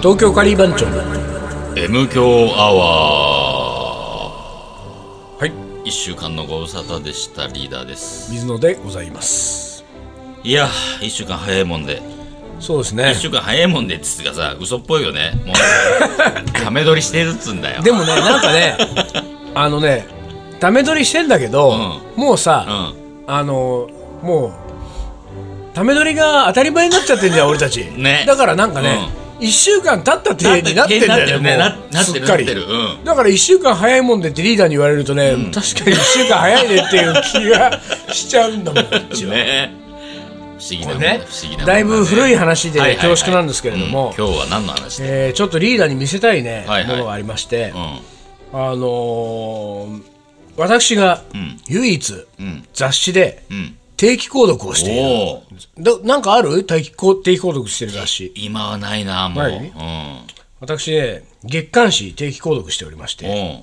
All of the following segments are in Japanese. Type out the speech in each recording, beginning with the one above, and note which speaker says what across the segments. Speaker 1: 東京カリー番長は
Speaker 2: M 強アワ
Speaker 1: い
Speaker 2: ー一週間のご無沙汰でしたリーダーです
Speaker 1: 水野でございます
Speaker 2: いやー一週間早いもんで
Speaker 1: そうですね
Speaker 2: 一週間早いもんでっつってかさ嘘っぽいよねも うため撮りしてるっつんだよ
Speaker 1: でもねなんか ねあのねダメ撮りしてんだけど、もう
Speaker 2: う
Speaker 1: さ、
Speaker 2: ん
Speaker 1: あのもうダメ撮りが当たり前になっちゃって んじゃん俺たち、
Speaker 2: ね
Speaker 1: だからなんかね、一1週間経った体になってんだよね
Speaker 2: な
Speaker 1: も
Speaker 2: っ
Speaker 1: う
Speaker 2: てなって
Speaker 1: すっ
Speaker 2: るな
Speaker 1: か
Speaker 2: って
Speaker 1: り
Speaker 2: るなってるうん
Speaker 1: だから1週間早いもんでってリーダーに言われるとね、確かに1週間早いねっていう気がしちゃ うんだもんこっちは
Speaker 2: ね不思議なもんだ
Speaker 1: ね
Speaker 2: 不思議なもん
Speaker 1: だいぶ古い話で
Speaker 2: はいはいはい
Speaker 1: 恐縮なんですけれども
Speaker 2: うん今日は何の話で
Speaker 1: えーちょっとリーダーに見せたいね、
Speaker 2: はいはい
Speaker 1: ものがありまして
Speaker 2: う、ん
Speaker 1: あのー私が
Speaker 2: ん
Speaker 1: 唯一
Speaker 2: うん
Speaker 1: 雑誌で
Speaker 2: うん
Speaker 1: 定期購読をしている、
Speaker 2: おお
Speaker 1: だなんかある定期購定期購読してる雑誌
Speaker 2: 今はないなもう
Speaker 1: ない私ね月刊誌定期購読しておりまし
Speaker 2: う
Speaker 1: て
Speaker 2: んおう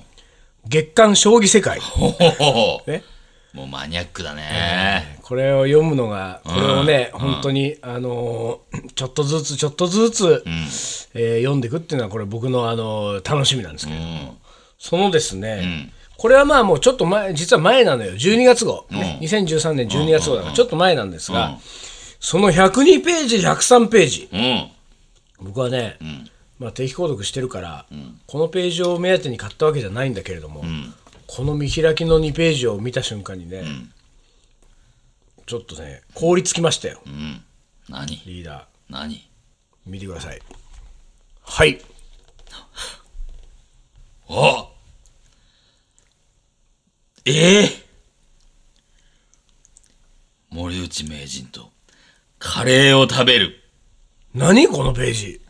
Speaker 1: 月刊将棋世界
Speaker 2: ほほほほ
Speaker 1: ね
Speaker 2: もうマニアックだね。
Speaker 1: これを読むのがこれをね、本当にあのーちょっとずつちょっとずつ、えー読んでいくっていうのはこれ僕のあのー楽しみなんですけど、
Speaker 2: うん。
Speaker 1: そのですね、これはまあもうちょっと前、実は前なのよ、12月号、ね2013年12月号だからちょっと前なんですが、その102ページ、103ページ、
Speaker 2: うん。
Speaker 1: 僕はね、まあ、定期購読してるから、このページを目当てに買ったわけじゃないんだけれども、この見開きの2ページを見た瞬間にね、ちょっとね、凍りつきましたよ、
Speaker 2: うん。何
Speaker 1: リーダ
Speaker 2: 何
Speaker 1: ー、見てください。はい、
Speaker 2: あええ森内名人とカレーを食べる。
Speaker 1: 何このページ、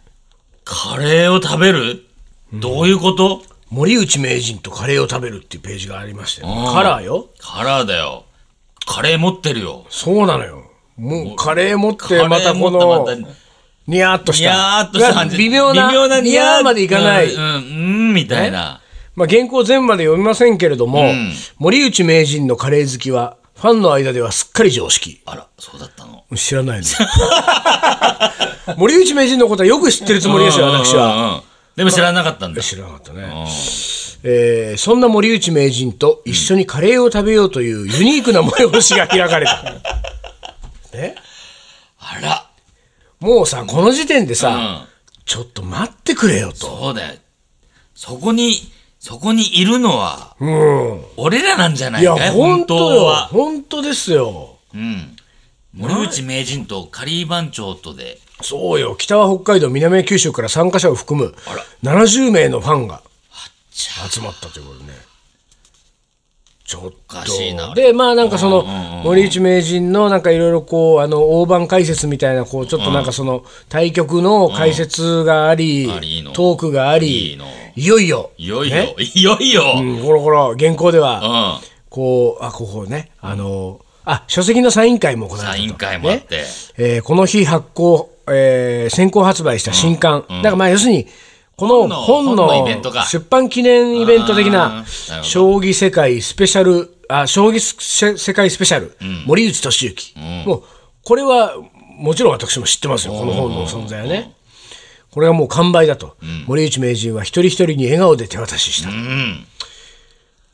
Speaker 2: カレーを食べるどういうこと、
Speaker 1: 森内名人とカレーを食べるっていうページがありまして、
Speaker 2: うん
Speaker 1: カラーよ。
Speaker 2: カラーだよ。カレー持ってるよ。
Speaker 1: そうなのよ。もうカレー持っ
Speaker 2: カレ
Speaker 1: て、
Speaker 2: ー
Speaker 1: またこ
Speaker 2: 持
Speaker 1: の
Speaker 2: ってまた、
Speaker 1: ニヤーっとし
Speaker 2: ニ
Speaker 1: た。
Speaker 2: ヤーっとした感じ。
Speaker 1: 微妙な、ニヤーまでいかない。
Speaker 2: うん、うん、うんみたいな。
Speaker 1: まあ、原稿全部まで読みませんけれども、
Speaker 2: うん
Speaker 1: 森内名人のカレー好きは、ファンの間ではすっかり常識。
Speaker 2: あら、そうだったの。
Speaker 1: 知らないの。 森内名人のことはよく知ってるつもりですよ、私は。
Speaker 2: は。うんうんでも知らなかったんだ。
Speaker 1: 知らなかったね
Speaker 2: うん。
Speaker 1: えーそんな森内名人と一緒にカレーを食べようというユニークな催しが開かれた。 ね
Speaker 2: あら。
Speaker 1: もうさ、この時点で
Speaker 2: う
Speaker 1: さ、
Speaker 2: ん。
Speaker 1: ちょっと待ってくれよと。
Speaker 2: そうだよ。そこに、そこにいるのは、
Speaker 1: うん。
Speaker 2: 俺らなんじゃない
Speaker 1: いや
Speaker 2: かい、
Speaker 1: 本
Speaker 2: 本
Speaker 1: 当
Speaker 2: 当
Speaker 1: よ。
Speaker 2: は。
Speaker 1: 本当ですよ。
Speaker 2: うん。森内名人とカリー番長とで、
Speaker 1: そうよ。北は北海道、南は九州から参加者を含む70名のファンが
Speaker 2: ちゃ
Speaker 1: 集まったということね。ちょっ
Speaker 2: おかしいな
Speaker 1: と。で、まあなんかその、森内名人のなんかいろいろこう、あの、大盤解説みたいな、こう、ちょっとなんかその、対局の解説があり
Speaker 2: あり、の
Speaker 1: トークがあ
Speaker 2: いい
Speaker 1: り
Speaker 2: の、
Speaker 1: いよいよ、
Speaker 2: いよいよ、いよいよ、う。
Speaker 1: うんん、ころころ、原稿では、こう、あ、ここね、あの、あ、書籍のサイン会も行われた
Speaker 2: サ
Speaker 1: と
Speaker 2: イン会もあっ
Speaker 1: ね
Speaker 2: て、
Speaker 1: えーこの日発行、えー先行発売した新刊。だからまあ要するに、この本
Speaker 2: 本の
Speaker 1: の
Speaker 2: イベントか
Speaker 1: 出版記念イベント的な
Speaker 2: あ、ーなるほど
Speaker 1: 将棋世界スペシャル、あ、将棋せ世界スペシャル、森内俊之。もう、これは、もちろん私も知ってますよ、この本の存在はね。これがもう完売だと。森内名人は一人一人に笑顔で手渡しした。
Speaker 2: うん。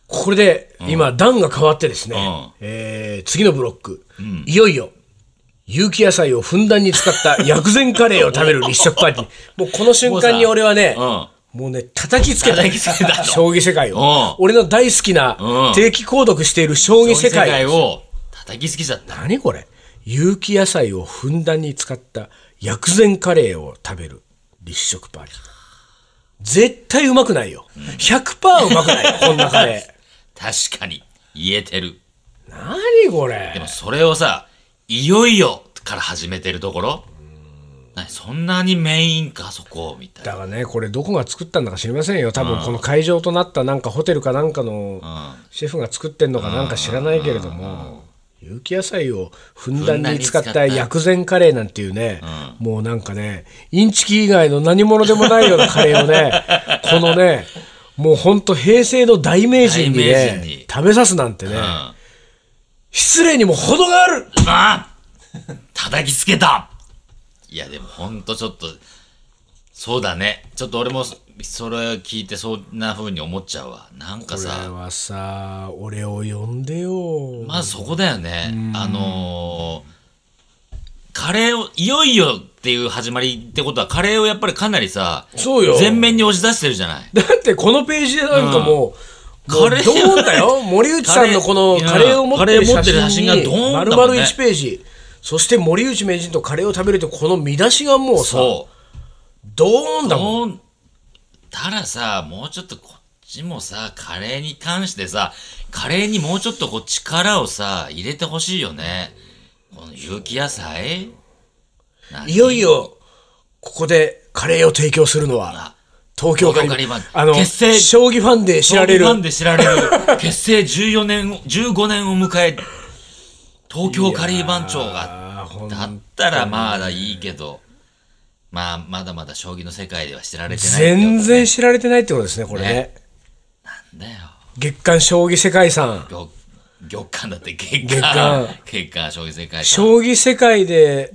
Speaker 1: これで、今、段が変わってですね、えー次のブロック、いよいよ、有機野菜をふんだんに使 った薬膳カレーを食べる立食パーティー。もうこの瞬間に俺はね、
Speaker 2: うん。
Speaker 1: もうね、叩きつけた。
Speaker 2: 叩きつけたの
Speaker 1: 将棋世界
Speaker 2: う
Speaker 1: を
Speaker 2: ん。
Speaker 1: 俺の大好きな
Speaker 2: う、ん
Speaker 1: 定期購読している将棋世界。
Speaker 2: を叩きすぎちゃった。
Speaker 1: 何これ有機野菜をふんだんに使った薬膳カレーを食べる立食パーティー。絶対うまくないよ。100%うまくないよ、こんなカレ
Speaker 2: 確かに、言えてる。
Speaker 1: ー。何これ
Speaker 2: でもそれをさ、いよいよから始めてるところ何そんなにメインか、そこ、みたいな。
Speaker 1: だからね、これ、どこが作ったんだか知りませんよ、多分この会場となったなんかホテルかなんかのシェフが作ってんのかなんか知らないけれども、有機野菜をふんだんに使っ
Speaker 2: ふんだ
Speaker 1: た
Speaker 2: んに使った
Speaker 1: 薬膳カレーなんていうね、もうなんかね、インチキ以外の何者でもないようなカレーを ね、このね、もう本当、平成の大名人に
Speaker 2: 大名人
Speaker 1: ね
Speaker 2: に、
Speaker 1: 食べさすなんてね、
Speaker 2: うん。
Speaker 1: 失礼にも程がある
Speaker 2: あ叩きつけたいや、でもほんとちょっと、そうだね。ちょっと俺もそ、それ聞いてそんな風に思っちゃうわ。なんか
Speaker 1: これ
Speaker 2: さ、
Speaker 1: はさ俺を呼んでよ、
Speaker 2: まずそこだよね。あのーカレーを、いよいよっていう始まりってことは、カレーをやっぱりかなりさ、
Speaker 1: そうよ
Speaker 2: 全面に押し出してるじゃない。
Speaker 1: だってこのページなんかもう、
Speaker 2: うん
Speaker 1: もう
Speaker 2: カレー
Speaker 1: ドーンだ よ森内さんのこのカ
Speaker 2: カ
Speaker 1: レ
Speaker 2: レー
Speaker 1: ーを持ってる
Speaker 2: いやカレー持ってる
Speaker 1: 写
Speaker 2: 写
Speaker 1: 真
Speaker 2: 真
Speaker 1: が
Speaker 2: が
Speaker 1: ド
Speaker 2: ドーン
Speaker 1: ーン
Speaker 2: だもん
Speaker 1: 丸
Speaker 2: ね
Speaker 1: 々1ページ、そして森内名人とカレーを食べるとこの見出しがもうさ
Speaker 2: そう。
Speaker 1: ドーンだもん
Speaker 2: どうたださ、もうちょっとこっちもさ、カレーに関してさ、カレーにもうちょっとこう力をさ、入れてほしいよね。この有機野菜何
Speaker 1: いよいよここでカレーを提供するのは
Speaker 2: あ
Speaker 1: 東京カリ
Speaker 2: 東京カ
Speaker 1: バ
Speaker 2: リバ
Speaker 1: ン
Speaker 2: ン
Speaker 1: あの
Speaker 2: 結成
Speaker 1: 将棋ファンで知られる
Speaker 2: ファンで知られる。結成14年を、15年を迎え、東京カリー番長が
Speaker 1: あーほん
Speaker 2: だったらまだいいけど、まあ、まだまだ将棋の世界では知られてないってこと
Speaker 1: 全然知られてないってことですねこれね
Speaker 2: ねだよ。
Speaker 1: 月刊将棋世界遺産
Speaker 2: 玉玉間だって月
Speaker 1: 月
Speaker 2: 間
Speaker 1: 間、
Speaker 2: 月間将棋世界観
Speaker 1: 将棋世界で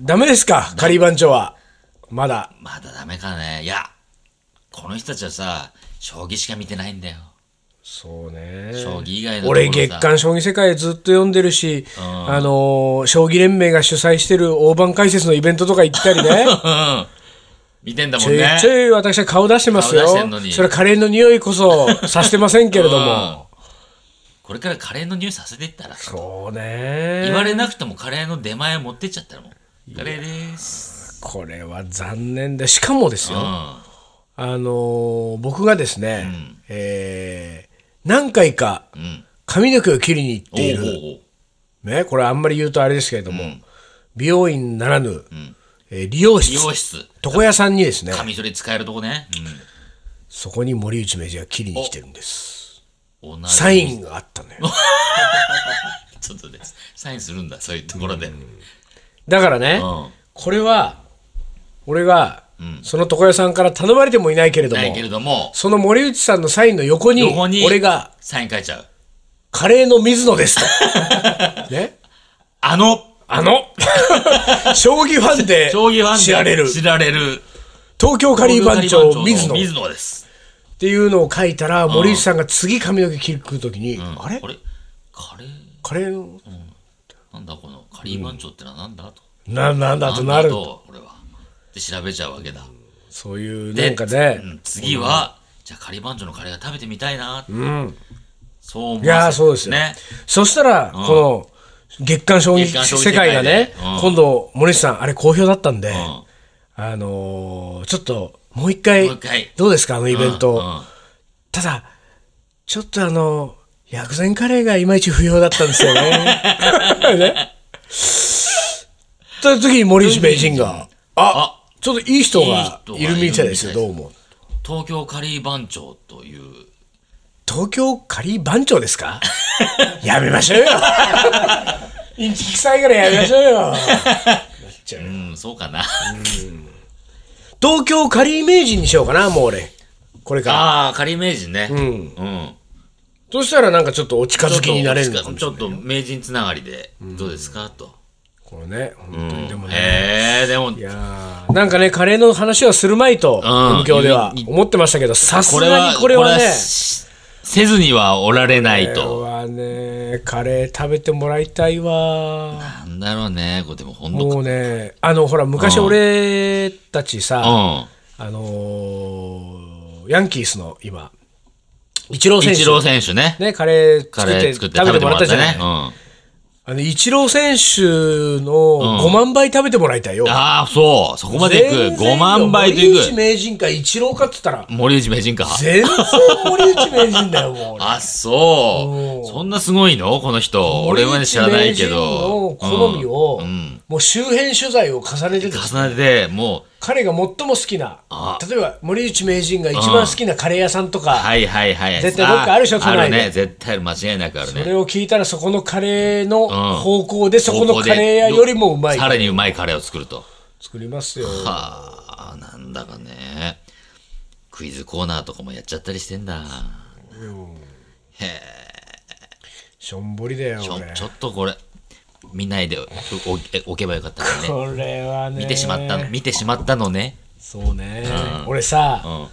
Speaker 1: ダメですかカリバン長はまだ
Speaker 2: まだダメかね。いや、この人たちはさ、将棋しか見てないんだよ。
Speaker 1: そうね
Speaker 2: 将棋以外の
Speaker 1: 俺
Speaker 2: ところさ
Speaker 1: 月刊将棋世界ずっと読んでるし、あのー将棋連盟が主催してる大盤解説のイベントとか行ったりね
Speaker 2: うん。見てんだも
Speaker 1: ち
Speaker 2: ん
Speaker 1: ょい
Speaker 2: ね。
Speaker 1: ちょい私は顔出してますよ
Speaker 2: 顔出してんのに
Speaker 1: それはカレーの匂いこそさせてませんけれども、
Speaker 2: これからカレーの匂いさせていったら、
Speaker 1: そうね
Speaker 2: 言われなくてもカレーの出前持ってっちゃったらもう。カレーでーす。
Speaker 1: これは残念でしかもです
Speaker 2: う
Speaker 1: よ、
Speaker 2: ん。
Speaker 1: あのー僕がですね、えー何回か
Speaker 2: うん。
Speaker 1: 髪の毛を切りに行っ
Speaker 2: おう
Speaker 1: てい
Speaker 2: お
Speaker 1: る、
Speaker 2: うおう
Speaker 1: ね、これあんまり言うとあれですけれども、美容院ならぬ、えー理容室
Speaker 2: 美容室。
Speaker 1: 床屋さんにですね
Speaker 2: カミソリ使えるとこね。
Speaker 1: そこに森内明治が切りに来てるんです
Speaker 2: うん。
Speaker 1: サイ
Speaker 2: ン。
Speaker 1: ンがあったのよ
Speaker 2: ちょっとです。サインするんだ、そういうところで。
Speaker 1: だからね、
Speaker 2: うん
Speaker 1: これは俺がその床屋さんから頼まれてもいないけれども
Speaker 2: ないけれども、
Speaker 1: その森内さんのサインの横に
Speaker 2: 横に
Speaker 1: 俺が
Speaker 2: サイン書いちゃう。
Speaker 1: 「カレーの水野です」 とね
Speaker 2: あの、
Speaker 1: あの 将棋ファンで
Speaker 2: 将棋ファンで
Speaker 1: 知られる
Speaker 2: 知られる。
Speaker 1: 東京カリー番長水野
Speaker 2: 水野です。
Speaker 1: っていうのを書いたら、森内さんが次髪の毛切るときに、あれ
Speaker 2: あれカレー
Speaker 1: カレーの、
Speaker 2: なんだこのカリー番長ってのはなんだと。
Speaker 1: な、なんだとな
Speaker 2: なんだ
Speaker 1: る。
Speaker 2: と、俺は。で、調べちゃうわけだ。
Speaker 1: そういう、
Speaker 2: で
Speaker 1: なんかね
Speaker 2: う、ん次は、じゃあカリー番長のカレーが食べてみたいな。そう思わせ
Speaker 1: いやーそうですよ
Speaker 2: ね。
Speaker 1: そしたら、この、月刊将棋
Speaker 2: 月刊将棋
Speaker 1: 世界がね
Speaker 2: 世界でう、ん
Speaker 1: 今度、森内さん、あれ好評だったんで、
Speaker 2: ん
Speaker 1: あのーちょっと、もう一回
Speaker 2: もう一回、
Speaker 1: どうですか、あのイベン
Speaker 2: う
Speaker 1: ト。
Speaker 2: ん
Speaker 1: ただ、ちょっとあの、薬膳カレーがいまいち不要だったんですよね。 ね。という時に森内名人が、あ、ちょっといい人がいるみたいですよ、
Speaker 2: いい人がいるみたいです
Speaker 1: どうも。
Speaker 2: 東京カリー番長という、
Speaker 1: 東京カリー番長ですか やめま しょうよ。インチキ臭いからやめましょうよ。なっちゃう
Speaker 2: うん、そうかな。
Speaker 1: 東京カリー名人にしようかな、もう俺。これから。
Speaker 2: ああ、カリー名人ね。うん。うん。
Speaker 1: そしたらなんかちょっとお近づきになれるの
Speaker 2: ちょっ
Speaker 1: か
Speaker 2: と
Speaker 1: もし
Speaker 2: ち
Speaker 1: れ
Speaker 2: ょ
Speaker 1: な
Speaker 2: っ
Speaker 1: い。
Speaker 2: と名人つながりで、どうですかと。
Speaker 1: これね、本当にでもね。
Speaker 2: へえ、でも、
Speaker 1: いやーなんかね、カレーの話はするまいと、
Speaker 2: うん
Speaker 1: 東京では思ってましたけど、さすがにこれはね、
Speaker 2: しせずにはおられない
Speaker 1: これ
Speaker 2: と。
Speaker 1: はね、カレー食べてもらいたいわ。
Speaker 2: なんだろうね、これでも本当
Speaker 1: もうね、あの、ほら、昔俺たちさ、あのーヤンキースの今、イチロー
Speaker 2: うん。
Speaker 1: 選
Speaker 2: イチロー
Speaker 1: 手、
Speaker 2: 選手ね。
Speaker 1: ね、カレー
Speaker 2: カ
Speaker 1: 作っ
Speaker 2: レ
Speaker 1: て
Speaker 2: ー作
Speaker 1: 食
Speaker 2: って食
Speaker 1: べて
Speaker 2: べて
Speaker 1: も
Speaker 2: も
Speaker 1: ら
Speaker 2: ら
Speaker 1: っ
Speaker 2: ったた
Speaker 1: じゃない
Speaker 2: ね。。うん
Speaker 1: あの、イチロー選手の5万倍食べてもらいたいよ。
Speaker 2: ああ、そう。そこまでい
Speaker 1: 全
Speaker 2: く。
Speaker 1: 然
Speaker 2: 5万倍と
Speaker 1: よ
Speaker 2: い
Speaker 1: 森内
Speaker 2: く。
Speaker 1: 名人かイチローかって言ったら、
Speaker 2: 森内名人か。
Speaker 1: 全然森内名人だよ、もう俺。
Speaker 2: あ、そう。そんなすごいのこの人。俺はね知らないけど。
Speaker 1: 森内名人の好みを、
Speaker 2: うんうん
Speaker 1: もう周辺取材を重ねてて、
Speaker 2: 重ねて、も
Speaker 1: 彼が最も好きな
Speaker 2: あ、
Speaker 1: 例えば森内名人が一番好きなカレー屋さんと
Speaker 2: う、
Speaker 1: か、
Speaker 2: はいはいはい。
Speaker 1: 絶対どっかあるでしょ
Speaker 2: あ
Speaker 1: 都
Speaker 2: る
Speaker 1: 内で
Speaker 2: ね。絶対ある間違いなくある
Speaker 1: そ
Speaker 2: ね。
Speaker 1: れを聞いたらそこのカレーの方向で、そこのカレー屋よりもうまい。
Speaker 2: さらにうまいカレーを作ると。
Speaker 1: 作りますよ。
Speaker 2: はあ、なんだかね。クイズコーナーとかもやっちゃったりしてんだ。
Speaker 1: しょんぼりだよ、
Speaker 2: ちょ
Speaker 1: 俺。
Speaker 2: ちょっとこれ、見ないでおおおけばよかったのね。
Speaker 1: これはね。
Speaker 2: 見てしまったの、見てしまったのね。
Speaker 1: そうね、俺さ、
Speaker 2: うん。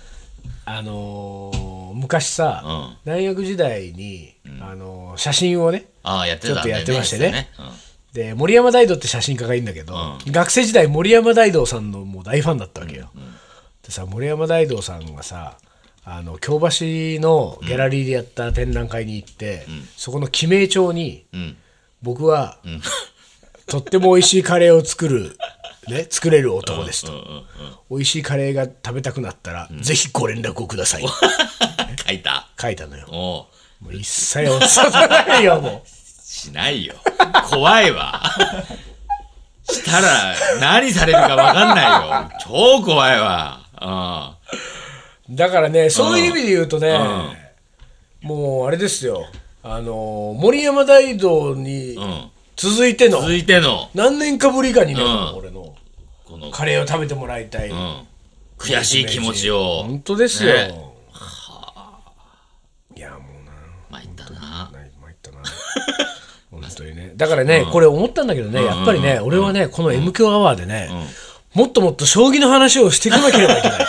Speaker 1: あのー昔さ、
Speaker 2: うん
Speaker 1: 大学時代に、あのー写真をね
Speaker 2: ああ、やってたんだよ
Speaker 1: ちょっとやってましてね
Speaker 2: いいすようん
Speaker 1: で森山大道って写真家がいるんだけど、
Speaker 2: う
Speaker 1: 学生時代森山大道さんのもう大ファンだったわけよ。でさ森山大道さんがさあの京橋のギャラリーでやった展覧会に行って、そこの記名帳に
Speaker 2: うん。
Speaker 1: 僕は、 とっても美味しいカレーを作る、ね、作れる男ですと、美味しいカレーが食べたくなったら、ぜひご連絡をください
Speaker 2: 書いた。
Speaker 1: 書いたのよ
Speaker 2: おう
Speaker 1: もう一切落とさないよも
Speaker 2: しないよ。怖いわ。したら、何されるかわかんないよ。超怖いわ。
Speaker 1: うだからねそういう意味で言うとね、
Speaker 2: うん
Speaker 1: もうあれですよあの森山大道に
Speaker 2: うん。うん。
Speaker 1: 続いての
Speaker 2: 続いての、
Speaker 1: 何年かぶりかにね、
Speaker 2: うん
Speaker 1: 俺の
Speaker 2: この、
Speaker 1: カレーを食べてもらいたい、
Speaker 2: うん。悔しい気持ちを。
Speaker 1: 本当ですよ、
Speaker 2: ね
Speaker 1: いやもうな
Speaker 2: まあ、言ったな。
Speaker 1: ない参ったな本当にねだからね、これ思ったんだけどね、やっぱりね、俺はねこの M 強アワーでね、もっともっと将棋の話をしていかなければい けない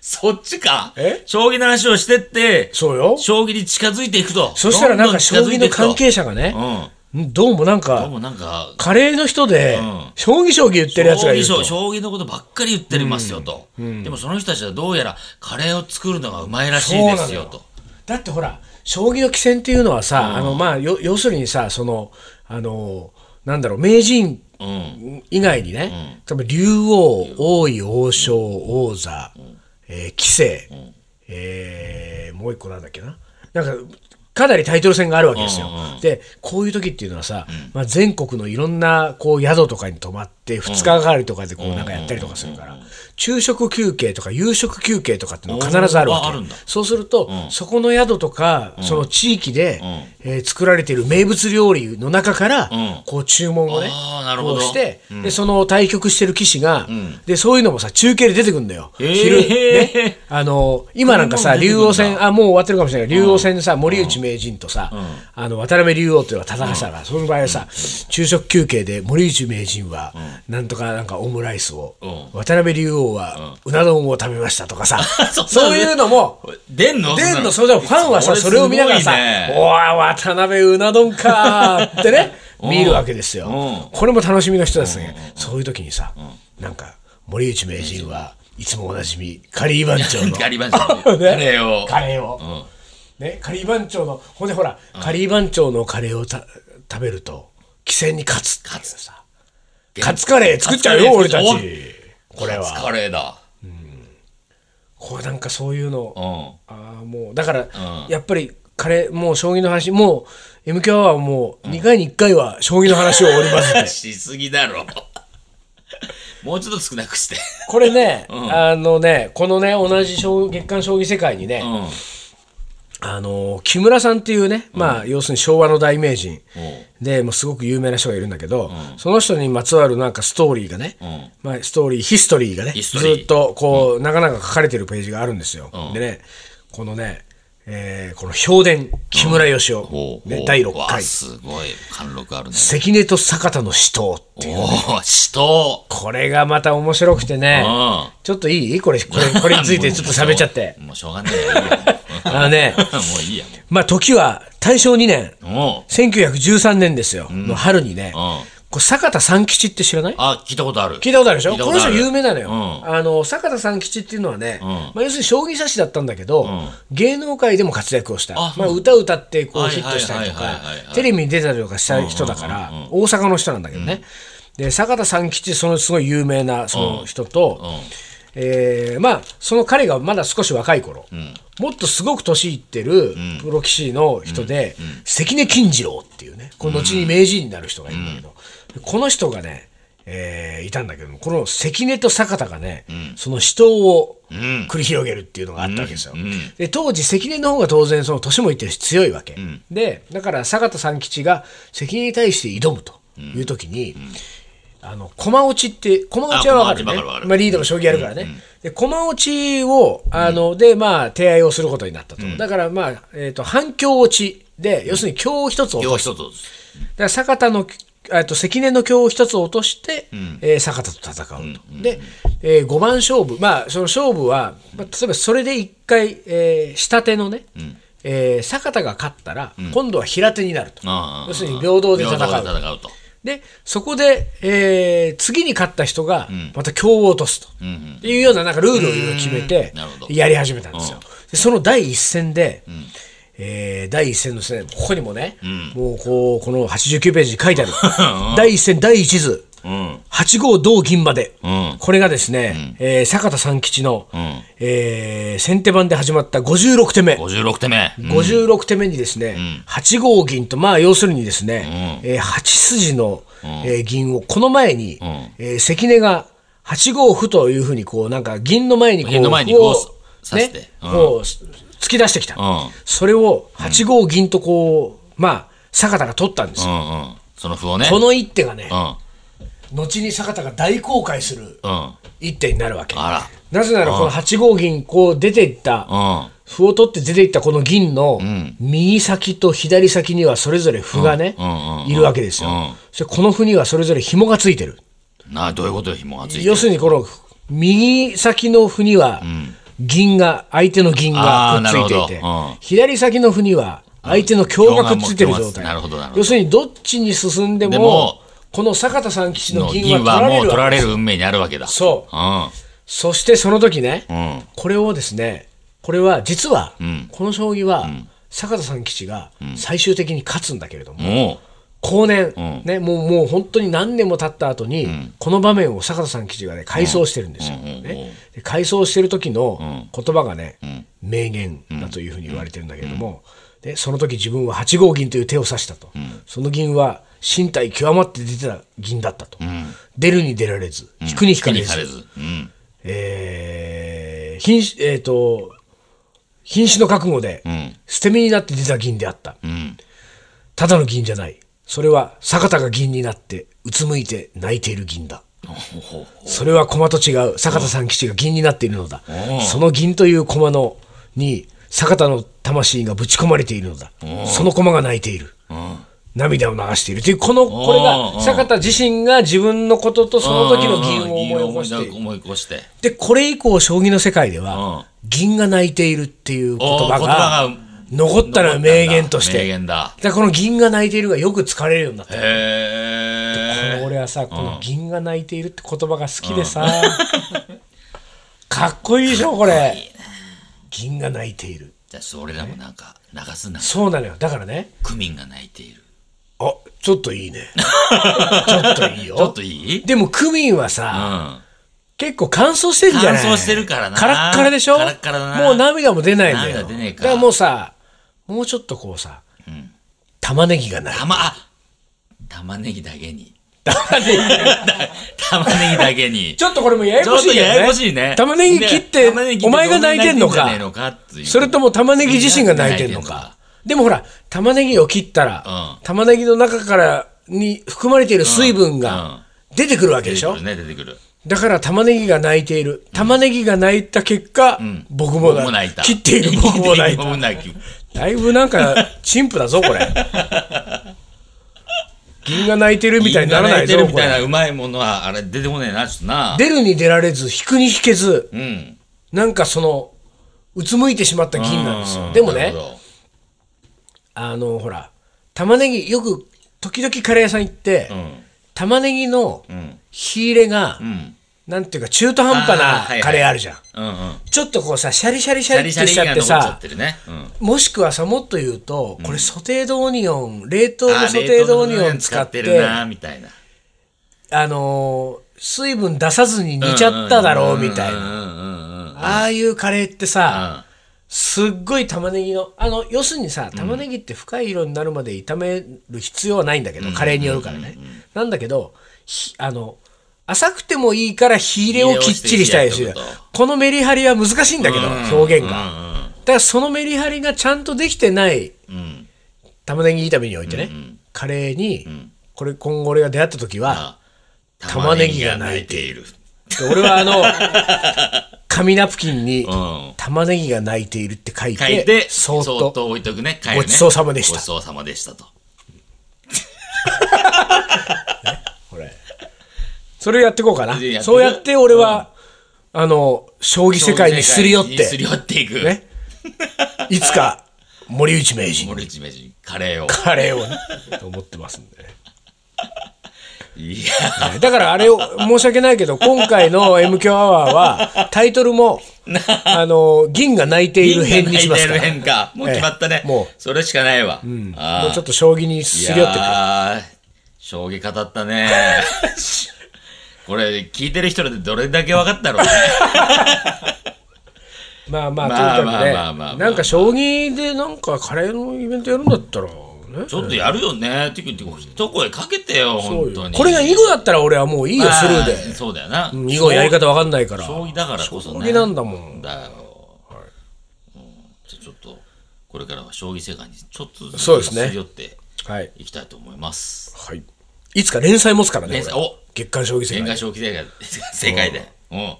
Speaker 2: そっちか
Speaker 1: え
Speaker 2: 将棋の話をしてって、
Speaker 1: そうよ
Speaker 2: 将棋に近づいていくと。
Speaker 1: そしたらなん
Speaker 2: ど
Speaker 1: か
Speaker 2: ど
Speaker 1: 将棋の関係者が
Speaker 2: 近
Speaker 1: ね、
Speaker 2: づいていくと
Speaker 1: どうもなん
Speaker 2: うん。で
Speaker 1: か
Speaker 2: もなんか、
Speaker 1: カレーの人で、
Speaker 2: ん
Speaker 1: 将棋将棋言ってるやつがいる
Speaker 2: 将
Speaker 1: と
Speaker 2: 棋将棋のことばっかり言ってますよと、でもその人たちはどうやらカレーを作るのがうまいらしいですよと。
Speaker 1: だってほら将棋の棋戦っていうのはさ、あのまあよ要するにさそのあのなんだろう名人
Speaker 2: うん、
Speaker 1: 以外にね、多分竜王、王位、王将、王座、えー棋聖、えーもう一個なんだっけな、なんか、かなりタイトル戦があるわけですよ。で、こういう時っていうのはさ、まあ、全国のいろんなこう宿とかに泊まって、2日がかりとかでこうなんかやったりとかするから、昼食休憩とか夕食休憩とかっていうのが必ずあるわ
Speaker 2: おーあ
Speaker 1: け
Speaker 2: るんだ。
Speaker 1: そうすると、そこの宿とか、その地域で、えー作られている名物料理の中から、
Speaker 2: ん
Speaker 1: こう注文をね
Speaker 2: あーなるほ
Speaker 1: こ
Speaker 2: ど
Speaker 1: うして、でその対局してる棋士が、でそういうのもさ中継で出てくんだよ、
Speaker 2: へー
Speaker 1: 昼ねあの今なんかさ
Speaker 2: こんなの出て
Speaker 1: 竜
Speaker 2: くんだ
Speaker 1: 王戦あもう終わってるかもしれないけど竜王戦でさ森内名人とさ、あの渡辺竜王というのは戦ってたから、その場合はさ、昼食休憩で森内名人は、なんとかなんかオムライスを、
Speaker 2: う
Speaker 1: 渡辺竜王は、うな丼を食べましたとかさ
Speaker 2: そんなの
Speaker 1: そういうのも
Speaker 2: 出んの
Speaker 1: でんの
Speaker 2: そ
Speaker 1: そ
Speaker 2: ん
Speaker 1: れで
Speaker 2: な
Speaker 1: もファンはさそれを見ながら さ「
Speaker 2: すごいね
Speaker 1: おわ渡辺うな丼か」ってね見るわけですよ
Speaker 2: うん
Speaker 1: これも楽しみの人ですねそういう時にさなんか森内名人はいつもおなじみカリー番長の
Speaker 2: カリー番
Speaker 1: ね
Speaker 2: 長カレーを
Speaker 1: カレーをねカリー番長のほんでほらカリー番長のカレーをた食べると棋戦に勝つっていうさカツカレー作っちゃうよ
Speaker 2: カ
Speaker 1: 俺
Speaker 2: ツカ
Speaker 1: た
Speaker 2: レ
Speaker 1: ち
Speaker 2: ー
Speaker 1: これ
Speaker 2: カツ
Speaker 1: は
Speaker 2: カレーだ。
Speaker 1: こうなんかそういうの
Speaker 2: うん。
Speaker 1: ああもうだから、やっぱり彼もう将棋の話もう M 強はもう2回に1回は将棋の話を織り交ぜて、
Speaker 2: しすぎだろ。もうちょっと少なくして。
Speaker 1: これね、あのねこのね同じ将月刊将棋世界にね、
Speaker 2: うん。
Speaker 1: あの木村さんっていうね、まあ要するに昭和の大名人
Speaker 2: う
Speaker 1: でもうすごく有名な人がいるんだけど、その人にまつわるなんかストーリーがね、
Speaker 2: ん
Speaker 1: まあ、ストーリーヒストリーがね
Speaker 2: ヒス
Speaker 1: ず
Speaker 2: トリー
Speaker 1: っとこう、なかなか書かれてるページがあるんですよ、でねこのね、えーこの評伝木村義雄、
Speaker 2: ほう
Speaker 1: ね
Speaker 2: ほう
Speaker 1: 第6
Speaker 2: わ
Speaker 1: 回
Speaker 2: すごい。貫禄あるね。
Speaker 1: 関根と坂田の死闘っていう
Speaker 2: おお、死闘。
Speaker 1: これがまた面白くてね
Speaker 2: うん
Speaker 1: ちょっといいこれこれこれについ てちょっと喋っちゃって
Speaker 2: もうしょうがねえよ。いいよ
Speaker 1: あのね
Speaker 2: もういいや。
Speaker 1: まあ時は大正2年
Speaker 2: もう。
Speaker 1: 1913年ですよ、の春にね、
Speaker 2: うん
Speaker 1: これ坂田三吉って知らない
Speaker 2: あ、聞いたことある。
Speaker 1: 聞いたことあるでしょ
Speaker 2: 聞い
Speaker 1: こ
Speaker 2: たこ
Speaker 1: の
Speaker 2: とあ
Speaker 1: 人
Speaker 2: る
Speaker 1: 有名なのよ、
Speaker 2: うん
Speaker 1: あの坂田三吉っていうのはね、まあ、要するに将棋指しだったんだけど、芸能界でも活躍をした
Speaker 2: あ
Speaker 1: まあ、歌歌ってこう
Speaker 2: はい
Speaker 1: ヒットしたりと
Speaker 2: はい
Speaker 1: か
Speaker 2: はいはいはい
Speaker 1: テレビに出たりとかした人だから、大阪の人なんだけどね、で坂田三吉そのすごい有名なその人と、えーまあその彼がまだ少し若い頃、もっとすごく年いってるプロ棋士の人で、関根金次郎っていうねこの後に名人になる人がいるんだけど、この人がね、えーいたんだけどもこの関根と坂田がね、その死闘を繰り広げるっていうのがあったわけですよ。で当時関根の方が当然その年もいってるし強いわけ、でだから坂田三吉が関根に対して挑むという時に。あの駒落ちって駒落ちは分かるね
Speaker 2: あ駒落ちわかるわかる
Speaker 1: まあ、リードの将棋やるからね、で駒落ちをあので、まあ、手合いをすることになったと、だから、まあえー、と反響落ちで要するに強を一つ落
Speaker 2: 今
Speaker 1: と
Speaker 2: 日
Speaker 1: す、
Speaker 2: 一つ。
Speaker 1: だから坂田のえっと関根の強を一つ落として、えー坂田と戦うと、で、えー、5番勝負、まあ、その勝負は、まあ、例えばそれで一回、えー下手のね、えー坂田が勝ったら、今度は平手になると、
Speaker 2: ああ
Speaker 1: 要するに平等で戦う
Speaker 2: 平等で戦うと。
Speaker 1: でそこで、えー次に勝った人がまた強を落とすと、っていうようななんかルールをいろいろ決めて
Speaker 2: うんなるほど
Speaker 1: やり始めたんですよ。でその第一戦で、えー第一戦のですねここにもね、もうこうこの89ページに書いてある第一戦第一図
Speaker 2: うん。
Speaker 1: 8号同銀まで、
Speaker 2: ん
Speaker 1: これがですね、えー坂田三吉の、
Speaker 2: ん
Speaker 1: えー先手番で始まった56手目。
Speaker 2: 56手目。うん
Speaker 1: 56手目にですね、8号銀と、まあ要するにですね、えー8筋の、えー銀を、この前に、えー関根が8五歩というふうに、こう、なんか銀の前にこう、
Speaker 2: 銀の前に
Speaker 1: 歩
Speaker 2: こう刺して
Speaker 1: ね
Speaker 2: うん
Speaker 1: こう突き出してきた
Speaker 2: うん。
Speaker 1: それを8五銀とこう、まあ、坂田が取ったんです
Speaker 2: う
Speaker 1: よ。
Speaker 2: んうん。その歩をね。
Speaker 1: この一手がね
Speaker 2: う、ん。
Speaker 1: 後に坂田が大後悔する
Speaker 2: うん。
Speaker 1: 一手になるわけ。
Speaker 2: あ
Speaker 1: なぜならこの8五銀、こう出ていった、
Speaker 2: ら。
Speaker 1: 歩を取って出ていったこの銀の右先と左先にはそれぞれ歩がね
Speaker 2: うんうんうんう、ん
Speaker 1: いるわけですよ
Speaker 2: うん。
Speaker 1: それこの歩にはそれぞれ紐がついてる。
Speaker 2: うん。なあ、どういうことよ、紐がついてる。
Speaker 1: 要するにこの右先の歩には銀が、相手の銀がくっついていて
Speaker 2: あーなるほどうん、
Speaker 1: 左先の歩には相手の強がくっついてる状
Speaker 2: 強が持ってます
Speaker 1: 態
Speaker 2: なるほどなる。ほど
Speaker 1: 要するにどっちに進んで
Speaker 2: で
Speaker 1: も
Speaker 2: も、
Speaker 1: この坂田さん吉の
Speaker 2: の
Speaker 1: 銀
Speaker 2: 銀
Speaker 1: は
Speaker 2: はもう
Speaker 1: 取
Speaker 2: 取
Speaker 1: ら
Speaker 2: ら
Speaker 1: れ
Speaker 2: れ
Speaker 1: るわけ。
Speaker 2: る運命になるわけだ。。
Speaker 1: そう
Speaker 2: うん。
Speaker 1: そしてその時ね、
Speaker 2: うん。
Speaker 1: これをですね、これは実は、
Speaker 2: ん
Speaker 1: この将棋は、坂田さん吉が最終的に勝つんだけれども、
Speaker 2: も
Speaker 1: 後年、
Speaker 2: ん
Speaker 1: ね、もうもう本当に何年も経った後に、この場面を坂田さん吉がね、回想してるんですよ。
Speaker 2: うんうんうん
Speaker 1: ね、で回想してる時の言葉がね、名言だというふうに言われてるんだけれども、でその時自分は8号銀という手を指したと、その銀は身体極まって出てた銀だったと、出るに出られず、引くに引
Speaker 2: う、
Speaker 1: か
Speaker 2: 気
Speaker 1: れ
Speaker 2: に
Speaker 1: ず
Speaker 2: さ。れず。うん。
Speaker 1: えー、瀕死えーと瀕死の覚悟で、捨て身になって出た銀であった、
Speaker 2: ん
Speaker 1: ただの銀じゃないそれは坂田が銀になってうつむいて泣いている銀だそれは駒と違う坂田三吉が銀になっているのだその銀という駒のに坂田の魂がぶち込まれているのだその駒が泣いている涙を流しているというこのこれ
Speaker 2: う
Speaker 1: が
Speaker 2: ん
Speaker 1: 坂田自身が自分のこととその時の銀を思い起こしている
Speaker 2: 思い起こして。
Speaker 1: で、これ以降、将棋の世界で
Speaker 2: うん
Speaker 1: は、銀が泣いているっていう言
Speaker 2: おー
Speaker 1: 葉が、残ったら名言として。
Speaker 2: 名言だ。
Speaker 1: だからこの銀が泣いているがよく使われるようになった。
Speaker 2: へえ。
Speaker 1: 俺はさ、この銀が泣いているって言葉が好きでさ、かっこいいでしょ、これ。銀が泣いている。
Speaker 2: じゃあ、それらもなんか、流すな。
Speaker 1: そうなのよ。だからね、
Speaker 2: クミンが泣いている。
Speaker 1: あ、ちょっといいね。 ちょっといいよ。
Speaker 2: ちょっといい
Speaker 1: でも、クミンはさ、
Speaker 2: うん。
Speaker 1: 結構乾燥してるじゃない
Speaker 2: 乾燥してるからな
Speaker 1: カラッカラでしょ
Speaker 2: カラッカラだな
Speaker 1: もう涙も出ないのよ。
Speaker 2: 涙出ねえか
Speaker 1: だからもうさ、もうちょっとこうさ、玉ねぎがない。
Speaker 2: たま、あ玉ねぎだけに。
Speaker 1: 玉ねぎがない
Speaker 2: 玉ねぎだけに。
Speaker 1: ちょっとこれもやや
Speaker 2: ちょ
Speaker 1: こ
Speaker 2: っ
Speaker 1: しい
Speaker 2: と
Speaker 1: よね。
Speaker 2: ややこしいね。
Speaker 1: 玉ねぎ切って、
Speaker 2: 玉ねぎ切
Speaker 1: お前が泣いてんの
Speaker 2: どう泣いて
Speaker 1: か
Speaker 2: んじゃねえ。のかっていう
Speaker 1: それとも玉ねぎ自身が泣いてんのか。でもほら、玉ねぎを切ったら、
Speaker 2: う
Speaker 1: 玉ねぎの中からに含まれている水分
Speaker 2: うんう
Speaker 1: が出てくるわけでしょ
Speaker 2: 出てくるね、出てくる。
Speaker 1: だから玉ねぎが泣いている。玉ねぎが泣いた結果、僕も
Speaker 2: 僕も
Speaker 1: 泣い
Speaker 2: 泣い
Speaker 1: た。
Speaker 2: た。
Speaker 1: 切っている僕も泣いた
Speaker 2: 僕。も泣き
Speaker 1: だいぶなんか、陳腐だぞ、 これ。銀が泣いてるみたいにならないぞ
Speaker 2: 銀が泣いてる、み
Speaker 1: こ
Speaker 2: たい
Speaker 1: れ。
Speaker 2: なうまいものは、あれ出てこねえな、ちょっとな。
Speaker 1: 出るに出られず、引くに引けず、
Speaker 2: うん。
Speaker 1: なんかその、うつむいてしまった銀なんです
Speaker 2: う
Speaker 1: よ。でも
Speaker 2: な
Speaker 1: ね
Speaker 2: る、ほ
Speaker 1: あの、ほら、玉ねぎ、よく、時々カレー屋さん行って、
Speaker 2: どうん。
Speaker 1: 玉ねぎの
Speaker 2: ん
Speaker 1: 火入れが、
Speaker 2: うん。
Speaker 1: なんていうか、中途半端
Speaker 2: あーはいは
Speaker 1: ないカレーあるじゃん。
Speaker 2: うんうん。
Speaker 1: ちょっとこうさ、シャリシャリシ
Speaker 2: シ
Speaker 1: ャ
Speaker 2: ャ
Speaker 1: リ
Speaker 2: リ
Speaker 1: っ
Speaker 2: シャ
Speaker 1: て
Speaker 2: リ
Speaker 1: しちゃっ
Speaker 2: が
Speaker 1: て
Speaker 2: 残っちゃ
Speaker 1: さ
Speaker 2: っ、てるね。うん。
Speaker 1: もしくはさ、もっと言うと、これソテードオニオン、冷凍のソテードオニオン使って、
Speaker 2: あ冷凍のオニオン使ってるな、みたいな。
Speaker 1: あのー水分出さずに煮ちゃっただろうみたいな。
Speaker 2: うんうんうんうん。
Speaker 1: ああいうカレーって
Speaker 2: うん
Speaker 1: さ、すっごい玉ねぎの、あの、要するにさ、玉ねぎって深い色になるまで炒める必要はないんだけど、カレーによるからね。なんだけど、ひあの、浅くてもいいから火入れをきっちりしたいです
Speaker 2: 火
Speaker 1: よ
Speaker 2: 入れをしてやっとく。
Speaker 1: このメリハリは難しいんだけど、表現が。
Speaker 2: うん
Speaker 1: だからそのメリハリがちゃんとできてない
Speaker 2: うん。
Speaker 1: 玉ねぎ炒めにおいてね、カレーに、これ今後俺が出会った時は、
Speaker 2: あ
Speaker 1: 玉ねぎが泣いて
Speaker 2: いる。
Speaker 1: で俺はあ の、紙ナプキンに
Speaker 2: ん、
Speaker 1: 玉ねぎが泣いているって書いて、
Speaker 2: 書いて、
Speaker 1: そーっ
Speaker 2: そーっ
Speaker 1: と
Speaker 2: と置いとくね。書いてね
Speaker 1: ごちそうさまでした
Speaker 2: ごちそうさまでしたと。
Speaker 1: これ。それをやっていこうかな
Speaker 2: でやって。く
Speaker 1: そうやって俺は、あの、将棋世界にすり寄っ
Speaker 2: 将棋世界にす
Speaker 1: て、
Speaker 2: り寄っていく。
Speaker 1: ね。いつか、森内名 人、
Speaker 2: 森内名人、カレ ーを。
Speaker 1: カレーをね、と思ってますんでね。
Speaker 2: い
Speaker 1: はいだからあれを、申し訳ないけど、今回の m q アワーは、タイトル も、あの、銀が泣いている編にしますから。
Speaker 2: 銀河ナイテル編か。もう決まったね。
Speaker 1: ええもう
Speaker 2: それしかないわ。あ
Speaker 1: もうちょっと将棋に
Speaker 2: ー
Speaker 1: すり寄って
Speaker 2: い
Speaker 1: くる。
Speaker 2: やー将棋語っ たね。これ、聞いてる人でどれだけ分 かったろうね。
Speaker 1: まあま
Speaker 2: まあ
Speaker 1: あ、とにかく
Speaker 2: まあまあまあまあ
Speaker 1: ね、なんか将棋でなんかカレーのイベントやるんだったら、ね。
Speaker 2: ちょっとやるよね。てか、てか一声かけてよ、本当に。
Speaker 1: これが囲碁だったら俺はもういいよ、
Speaker 2: まあ
Speaker 1: スルーで。
Speaker 2: そうだよな。
Speaker 1: 囲碁やり方わかんないから。
Speaker 2: 将棋だからこそね。
Speaker 1: 将棋なんだもん
Speaker 2: だよ。うんじゃあちょっと、これからは将棋世界にちょっとずつ
Speaker 1: そうですね
Speaker 2: すり寄って
Speaker 1: はい。
Speaker 2: いきたいと思います。
Speaker 1: はい。いつか連載持つからね。
Speaker 2: 連載
Speaker 1: これ
Speaker 2: お
Speaker 1: 月刊将棋世
Speaker 2: 限界
Speaker 1: 界。
Speaker 2: 将棋世界 世界で。うん。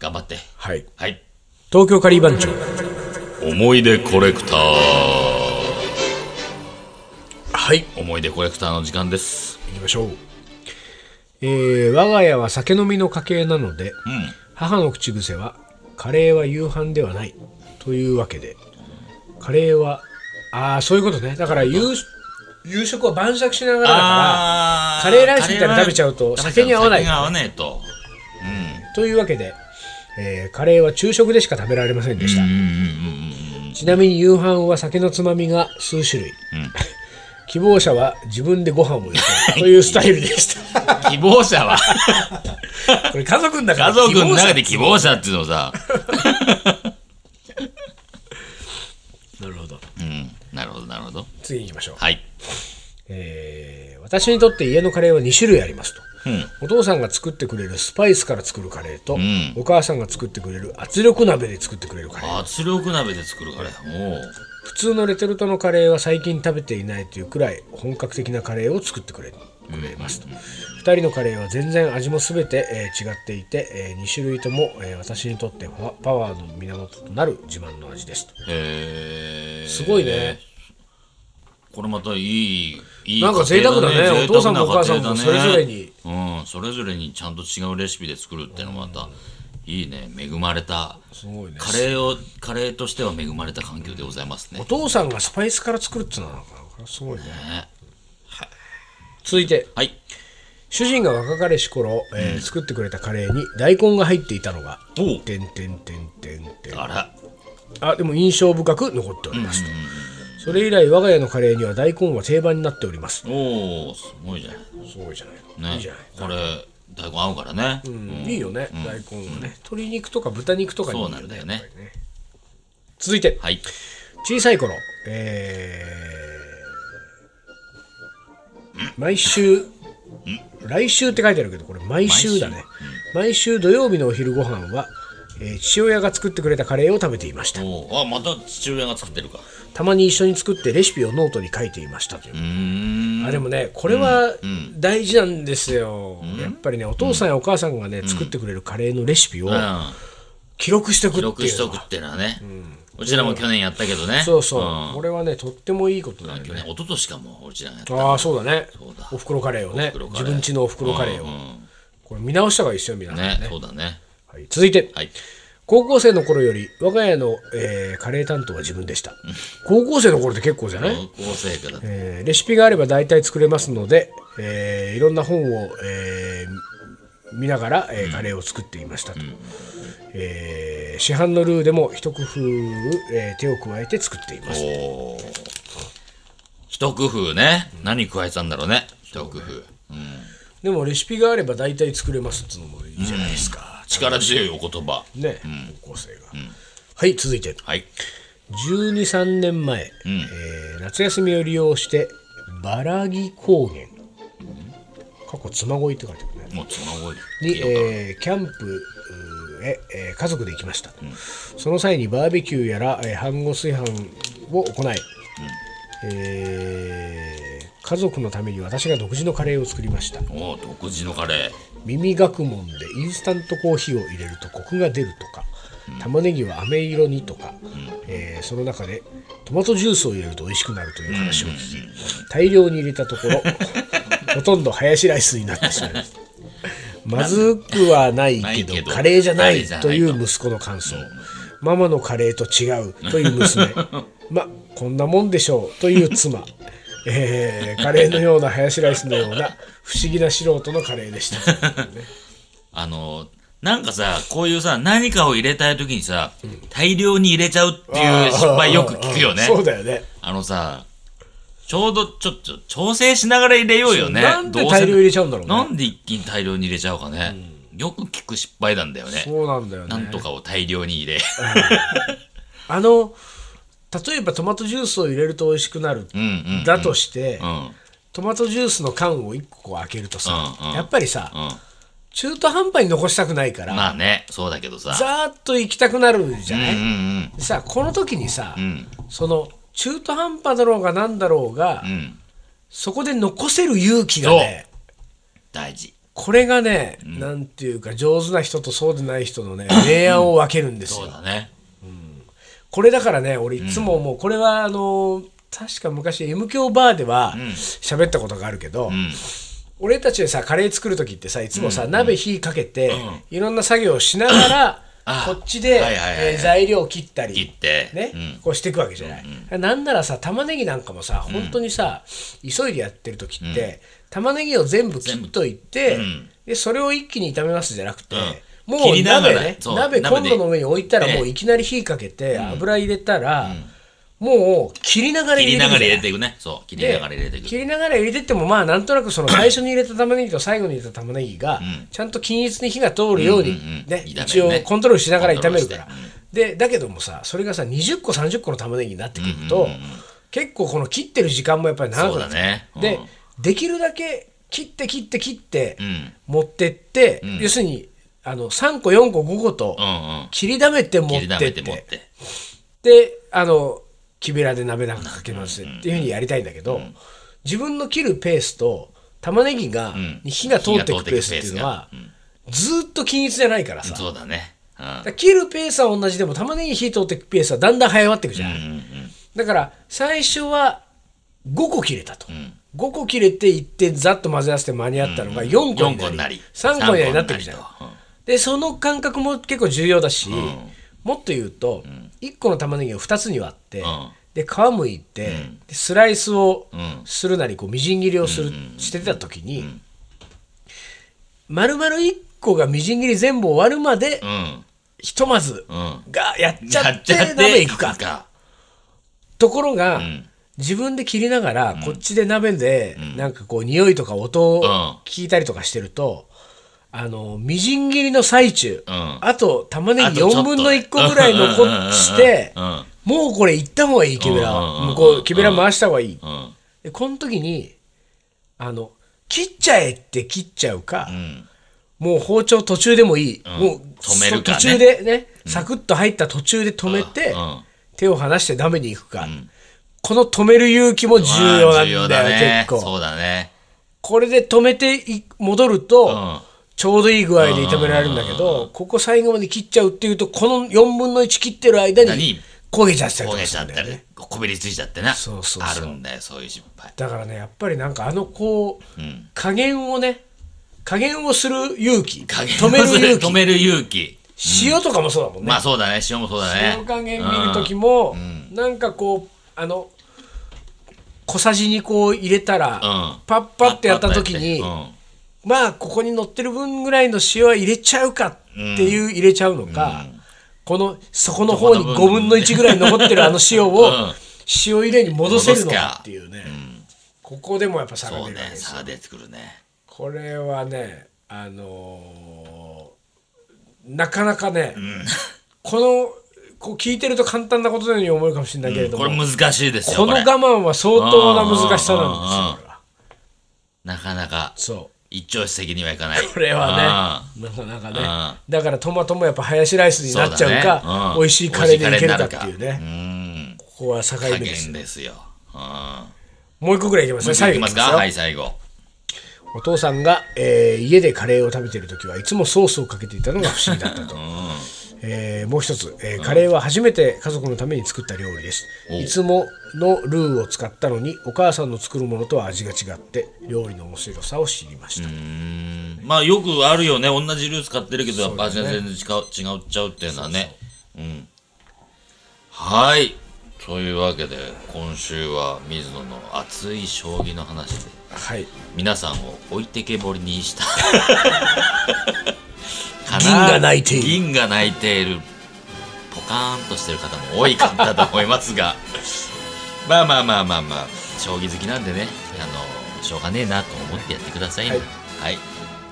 Speaker 2: 頑張って。
Speaker 1: はい。
Speaker 2: はい。
Speaker 1: 東京カリー番長。
Speaker 2: 思い出コレクター。
Speaker 1: はい。
Speaker 2: 思い出コレクターの時間です。
Speaker 1: 行きましょう。えー、我が家は酒飲みの家系なので、
Speaker 2: うん。
Speaker 1: 母の口癖はカレーは夕飯ではないというわけでカレーはああそういうことねだから夕夕食は晩酌しながらだか
Speaker 2: あ
Speaker 1: カレーライスみたいなの食べちゃうと酒に合わない
Speaker 2: 酒に合わないと。
Speaker 1: らというわけで、えーカレーは昼食でしか食べられませんでした
Speaker 2: うんうん
Speaker 1: ちなみに夕飯は酒のつまみが数種類、
Speaker 2: ん
Speaker 1: 希望者は自分でご飯をよそ るというスタイルでした
Speaker 2: うんうん。希望者は
Speaker 1: これ家族の中で
Speaker 2: 家族の中
Speaker 1: 希望
Speaker 2: で希望者っていうのさ。
Speaker 1: 者なるほど
Speaker 2: うん。なるほど、なるほど。
Speaker 1: 次行きましょう、
Speaker 2: はい。
Speaker 1: えー私にとって家のカレーは2種類ありますと
Speaker 2: うん。
Speaker 1: お父さんが作ってくれるスパイスから作るカレーと、
Speaker 2: ん
Speaker 1: お母さんが作ってくれる圧力鍋で作ってくれるカレー
Speaker 2: 圧力鍋で作るカレー。おう
Speaker 1: 普通のレトルトのカレーは最近食べていないというくらい本格的なカレーを作ってくれくれますと、2人のカレーは全然味も全て、えー違っていて、え2種類とも、えー私にとってパワパワーの源となる自慢の味ですと
Speaker 2: へー
Speaker 1: すごいね。
Speaker 2: これまたいい、いい
Speaker 1: なんか
Speaker 2: 家庭
Speaker 1: 贅沢だねお父さんも
Speaker 2: 贅沢な
Speaker 1: お母さんも
Speaker 2: 家
Speaker 1: そ
Speaker 2: 庭
Speaker 1: れ
Speaker 2: だ
Speaker 1: ぞれに。
Speaker 2: うん、それぞれにちゃんと違うレシピで作るってのもまた、いいね。恵まれた。
Speaker 1: すごいね
Speaker 2: カレーを、カレーとしては恵まれた環境でございますね
Speaker 1: お。父さんがスパイスから作るってのはなんかすごいね
Speaker 2: ね
Speaker 1: 続いて
Speaker 2: はい。
Speaker 1: 主人が若かりし頃、えー作ってくれたカレーに大根が入っていたのが
Speaker 2: おう
Speaker 1: てんてんてんてんてん
Speaker 2: あら。
Speaker 1: あでも印象深く残っておりますと、それ以来我が家のカレーには大根は定番になっております
Speaker 2: おおすごいじゃない。
Speaker 1: すごいじゃない、
Speaker 2: ね、
Speaker 1: いいじゃない、
Speaker 2: これ大根合うからね、
Speaker 1: うんいいよね、大根はね鶏肉とか豚肉とかにいいよ
Speaker 2: そうなんだよね
Speaker 1: やっぱり続いて
Speaker 2: はい
Speaker 1: 小さい頃えー毎週来週って書いてあるけどこれ毎週だね毎週土曜日のお昼ご飯は、えー父親が作ってくれたカレーを食べていました
Speaker 2: おーあまた父親が作ってるか
Speaker 1: たまに一緒に作ってレシピをノートに書いていましたという
Speaker 2: うーん
Speaker 1: あでもねこれは大事なんですよ、やっぱりねお父さんやお母さんがね、作ってくれるカレーのレシピを
Speaker 2: うん
Speaker 1: 記録してく
Speaker 2: 記
Speaker 1: っていうの
Speaker 2: 録しとく
Speaker 1: は
Speaker 2: っていうのはね、うちらも去年やったけどね
Speaker 1: そうそう、
Speaker 2: ん
Speaker 1: これはねとってもいいことだよ
Speaker 2: 去
Speaker 1: ね
Speaker 2: 年一昨年かもうちらがやった
Speaker 1: ああそうだね
Speaker 2: そうだ
Speaker 1: おふくろカレーをね
Speaker 2: 袋カレー
Speaker 1: 自分家のおふくろカレーを、
Speaker 2: うん
Speaker 1: これ見直した方がいいですよ皆
Speaker 2: う
Speaker 1: さ
Speaker 2: ん
Speaker 1: ん
Speaker 2: ねそうだね
Speaker 1: はい、続いて
Speaker 2: はい
Speaker 1: 高校生の頃より我が家の、えーカレー担当は自分でした高校生の頃って結構じゃない、
Speaker 2: 高校生から
Speaker 1: えーレシピがあれば大体作れますので、えーいろんな本を、えー見ながら、えーカレーを作っていましたと、えー市販のルーでも一工夫、えー手を加えて作っています
Speaker 2: おお一工夫ね何加えてたんだろうね一工夫うん
Speaker 1: でもレシピがあれば大体作れますっていうのもいいじゃないですか、
Speaker 2: 力強いお言葉
Speaker 1: ね、高校生が、はい続いて
Speaker 2: はい
Speaker 1: 1 2 3年前、えー夏休みを利用してバラギ高原過去妻恋って書いてあるね
Speaker 2: もうつまごい
Speaker 1: に、えーキャンプうーへ、えー家族で行きました、その際にバーベキューやら、えー飯後炊飯を行い、えー家族のために私が独自のカレーを作りました
Speaker 2: おお独自のカレー
Speaker 1: 耳学問でインスタントコーヒーを入れるとコクが出るとか玉ねぎは飴色にとか、えーその中でトマトジュースを入れると美味しくなるという話を聞き大量に入れたところほとんどハヤシライスになってしまいましたまずくはない
Speaker 2: な
Speaker 1: け
Speaker 2: い
Speaker 1: ど
Speaker 2: けど
Speaker 1: カレーじゃな
Speaker 2: カレ
Speaker 1: い
Speaker 2: ーじゃない
Speaker 1: と
Speaker 2: と
Speaker 1: いう息子の感想、ママのカレーと違うという娘 まこんなもんでしょうという妻えーカレーのようなハヤシライスのような不思議な素人のカレーでした。
Speaker 2: あの、なんかさ、こういうさ、何かを入れたい時にさ、大量に入れちゃうっていう失敗よく聞くよね。
Speaker 1: そうだよね。
Speaker 2: あのさ、ちょうど、ちょっと、調整しながら入れようよね。
Speaker 1: なんで
Speaker 2: どうせ
Speaker 1: 大量入れちゃうんだろうね
Speaker 2: なんで一気に大量に入れちゃうかね。よく聞く失敗なんだよね。
Speaker 1: そうなんだよね。
Speaker 2: なんとかを大量に 入れ。
Speaker 1: あの例えばトマトジュースを入れると美味しくなる、
Speaker 2: うんうん。
Speaker 1: だとして、
Speaker 2: うん。うん。
Speaker 1: トマトジュースの缶を1個開けるとさ、
Speaker 2: うんうん
Speaker 1: やっぱりさ、中途半端に残したくないから、
Speaker 2: まあね、そうだけどさ。
Speaker 1: ざーっと行きたくなるじゃ
Speaker 2: うん
Speaker 1: な
Speaker 2: う
Speaker 1: い、
Speaker 2: ん
Speaker 1: でさこの時にさ、
Speaker 2: うん。うん。
Speaker 1: その中途半端だろうがなんだろうが、
Speaker 2: うん。
Speaker 1: そこで残せる勇気がね
Speaker 2: 大事。
Speaker 1: これがね、なんていうか上手な人とそうでない人のね明暗を分けるんです
Speaker 2: そ
Speaker 1: よ
Speaker 2: う。だね。
Speaker 1: これだからね俺いつももうこれはあの確か昔 M 響バーでは喋ったことがあるけど、俺たちでさカレー作る時ってさいつもさ、鍋火かけて、いろんな作業をしながら
Speaker 2: あ
Speaker 1: こっちで、
Speaker 2: はいはいはいはい
Speaker 1: えー材料を切ったり
Speaker 2: 切って
Speaker 1: ね
Speaker 2: うん
Speaker 1: こうしていくわけじゃない、なんならさ玉ねぎなんかもさ本当にさ、急いでやってる時って、玉ねぎを全部切っといて、
Speaker 2: ん
Speaker 1: でそれを一気に炒めますじゃなくて、
Speaker 2: うん
Speaker 1: も
Speaker 2: 切
Speaker 1: う
Speaker 2: りなが
Speaker 1: 鍋
Speaker 2: ら
Speaker 1: ね
Speaker 2: そう
Speaker 1: 鍋コ
Speaker 2: 鍋
Speaker 1: ン
Speaker 2: で
Speaker 1: ロの上に置いたら
Speaker 2: ね
Speaker 1: もういきなり火かけて油入れたら、もう切りながら
Speaker 2: 切
Speaker 1: 入
Speaker 2: り
Speaker 1: れて
Speaker 2: な
Speaker 1: く
Speaker 2: がら
Speaker 1: じゃな
Speaker 2: 入れ
Speaker 1: い
Speaker 2: ていくね。そう。切りな
Speaker 1: で
Speaker 2: がら入れていく。
Speaker 1: 切りながら入れてってもまあなんとなくその最初に入れた玉ねぎと最後に入れた玉ねぎがちゃんと均一に火が通るように
Speaker 2: うんうんうん
Speaker 1: ね
Speaker 2: 炒めるね
Speaker 1: 一応コントロールしながら炒めるから
Speaker 2: コントロール
Speaker 1: でだけどもさそれがさ20個30個の玉ねぎになってくると結構この切ってる時間もやっぱり長
Speaker 2: そ
Speaker 1: く
Speaker 2: う
Speaker 1: なっ
Speaker 2: だ
Speaker 1: ちゃう
Speaker 2: ね。うん
Speaker 1: でできるだけ切って切って切って
Speaker 2: うん。
Speaker 1: 持ってって要するにあの3個4個5個と
Speaker 2: うんうん。
Speaker 1: 切りだめて持
Speaker 2: 切
Speaker 1: っ
Speaker 2: りな
Speaker 1: て
Speaker 2: め
Speaker 1: って
Speaker 2: 持って。
Speaker 1: であの木べらで鍋なんかかけますっていうふうにやりたいんだけど、自分の切るペースと玉ねぎが、
Speaker 2: ん
Speaker 1: に火が通っていくペースっていうのは、ずーっと均一じゃないからさ、だか
Speaker 2: そうだね。うん。
Speaker 1: ら切るペースは同じでも玉ねぎ火通っていくペースはだんだん早まっていくじゃん、
Speaker 2: うんうん
Speaker 1: だから最初は5個切れたと、5個切れていってざっと混ぜ合わせて間に合ったのが4個に
Speaker 2: 4個に
Speaker 1: な
Speaker 2: な
Speaker 1: り
Speaker 2: り
Speaker 1: 3個になっていくじゃん
Speaker 2: 三個になり
Speaker 1: でその感覚も結構重要だし、もっと言うと、1個の玉ねぎを2つに割って、
Speaker 2: ん
Speaker 1: で皮むいて、でスライスを
Speaker 2: ん
Speaker 1: するなりこうみじん切りをする、してた時に、丸々1個がみじん切り全部終わるまで、
Speaker 2: うん。
Speaker 1: ひとまず、
Speaker 2: うん
Speaker 1: がやっちゃって
Speaker 2: やっちゃって
Speaker 1: 鍋いくか
Speaker 2: 行くか
Speaker 1: ところが、自分で切りながら、こっちで鍋で、なんかこう匂いとか音を
Speaker 2: うん
Speaker 1: 聞いたりとかしてると、あのみじん切りの最中、
Speaker 2: うん
Speaker 1: あと玉ね
Speaker 2: あと
Speaker 1: ぎ
Speaker 2: ちょっと
Speaker 1: 4分の1個ぐらい残して
Speaker 2: うんうんうんうんうん
Speaker 1: もうこれいった方がいい木べら
Speaker 2: うんうんうんう
Speaker 1: は
Speaker 2: ん
Speaker 1: 向こう木べら回した方がいい
Speaker 2: うん。
Speaker 1: でこの時にあの切っちゃえって切っちゃうか、
Speaker 2: ん
Speaker 1: もう包丁途中でもいい、もう
Speaker 2: 止める
Speaker 1: そ
Speaker 2: かね
Speaker 1: 途中でねサクッと入った途中で止めて、
Speaker 2: うんうん
Speaker 1: 手を離してダメに行くか、この止める勇気も重要
Speaker 2: ま
Speaker 1: なんだ
Speaker 2: あ重
Speaker 1: よ
Speaker 2: 要だね。
Speaker 1: 結構
Speaker 2: そうだね。
Speaker 1: これで止めてい戻ると、
Speaker 2: うん
Speaker 1: ちょうどいい具合で炒められるんだけどここ最後まで切っちゃうっていうとこの4分の1切ってる間に
Speaker 2: 何
Speaker 1: 焦げちゃったりと
Speaker 2: 焦
Speaker 1: か
Speaker 2: げ
Speaker 1: す
Speaker 2: ち
Speaker 1: る
Speaker 2: ゃ
Speaker 1: ん
Speaker 2: っ
Speaker 1: だ
Speaker 2: た
Speaker 1: よね
Speaker 2: り、こびりついちゃってな。
Speaker 1: そうそうそう
Speaker 2: あるんだよ、そういう失敗。
Speaker 1: だからねやっぱりなんかあのこう、加減をね加減をする勇気止める勇
Speaker 2: 止
Speaker 1: 気
Speaker 2: める勇気。
Speaker 1: 塩とかもそうだもんね
Speaker 2: まあそうだね、塩もそうだね。
Speaker 1: 塩加減見るときも、なんかこうあの小さじにこう入れたら、
Speaker 2: うん
Speaker 1: パッパッてやったときに、
Speaker 2: うん
Speaker 1: まあここに乗ってる分ぐらいの塩は入れちゃうかっていう入れちゃうのか、このそこの方に
Speaker 2: どこの
Speaker 1: 5
Speaker 2: 部
Speaker 1: 分
Speaker 2: 分
Speaker 1: の1ぐらい残ってるあの塩を、
Speaker 2: うん
Speaker 1: 塩入れに戻せるのかっていうね、ここでもやっぱ差が
Speaker 2: そう
Speaker 1: 出るわけ
Speaker 2: ね、
Speaker 1: ですよ
Speaker 2: 差出てくるね。
Speaker 1: これはねあのーなかなかね、このこう聞いてると簡単なことのように思えるかもしれないけれども、
Speaker 2: これ難しいですよ。
Speaker 1: この
Speaker 2: れ
Speaker 1: 我慢は相当な難しさなんですよ
Speaker 2: うんうんうんうん
Speaker 1: これは
Speaker 2: なかなか
Speaker 1: そう
Speaker 2: 一朝一夕にはいかない。
Speaker 1: これは
Speaker 2: うん
Speaker 1: ねなかなか
Speaker 2: うん
Speaker 1: ねだからトマトもやっぱハヤシライスになっちゃうか
Speaker 2: そうだねうん
Speaker 1: 美味しいカレーでいけるかっていうね
Speaker 2: 美味しいカレーになるか
Speaker 1: ここは境
Speaker 2: うん。
Speaker 1: 目
Speaker 2: 加
Speaker 1: です
Speaker 2: 減ですよ。うん。
Speaker 1: もう一個ぐらいいけますね
Speaker 2: 最
Speaker 1: 最後
Speaker 2: 後
Speaker 1: い
Speaker 2: いき
Speaker 1: きま
Speaker 2: ますす
Speaker 1: よ
Speaker 2: かはい、最後。
Speaker 1: お父 さんが、えー家でカレーを食べてる時はいつもソースをかけていたのが不思議だったと、えーもう一つ、えーカレーは初めて家族のために作った料理です
Speaker 2: お
Speaker 1: いつものルーを使ったのにお母さんの作るものとは味が違って料理の面白さを知りました、
Speaker 2: うんまあよくあるよね。同じルー使ってるけど、やっぱ味が全然違う、違うっちゃうっていうのはね。うん。はい。というわけで、今週は水野の熱い将棋の話で、
Speaker 1: はい
Speaker 2: 皆さんを置いてけぼりにした。か
Speaker 1: 銀が泣いている
Speaker 2: 銀が泣いている。ポカーンとしてる方も多いかったと思いますが。 まあまあまあまあまあ、将棋好きなんでね、あの、しょうがねえなと思ってやってくださいね。
Speaker 1: はい
Speaker 2: はい。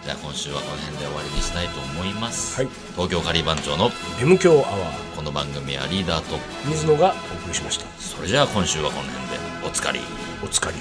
Speaker 2: じゃあ今週はこの辺で終わりにしたいと思います。
Speaker 1: はい
Speaker 2: 東京カリー番長の
Speaker 1: 眠狂アワー
Speaker 2: この番組はリーダーと、
Speaker 1: 水野がお送りしました
Speaker 2: それじゃあ今週はこの辺でおつかり。
Speaker 1: お疲れ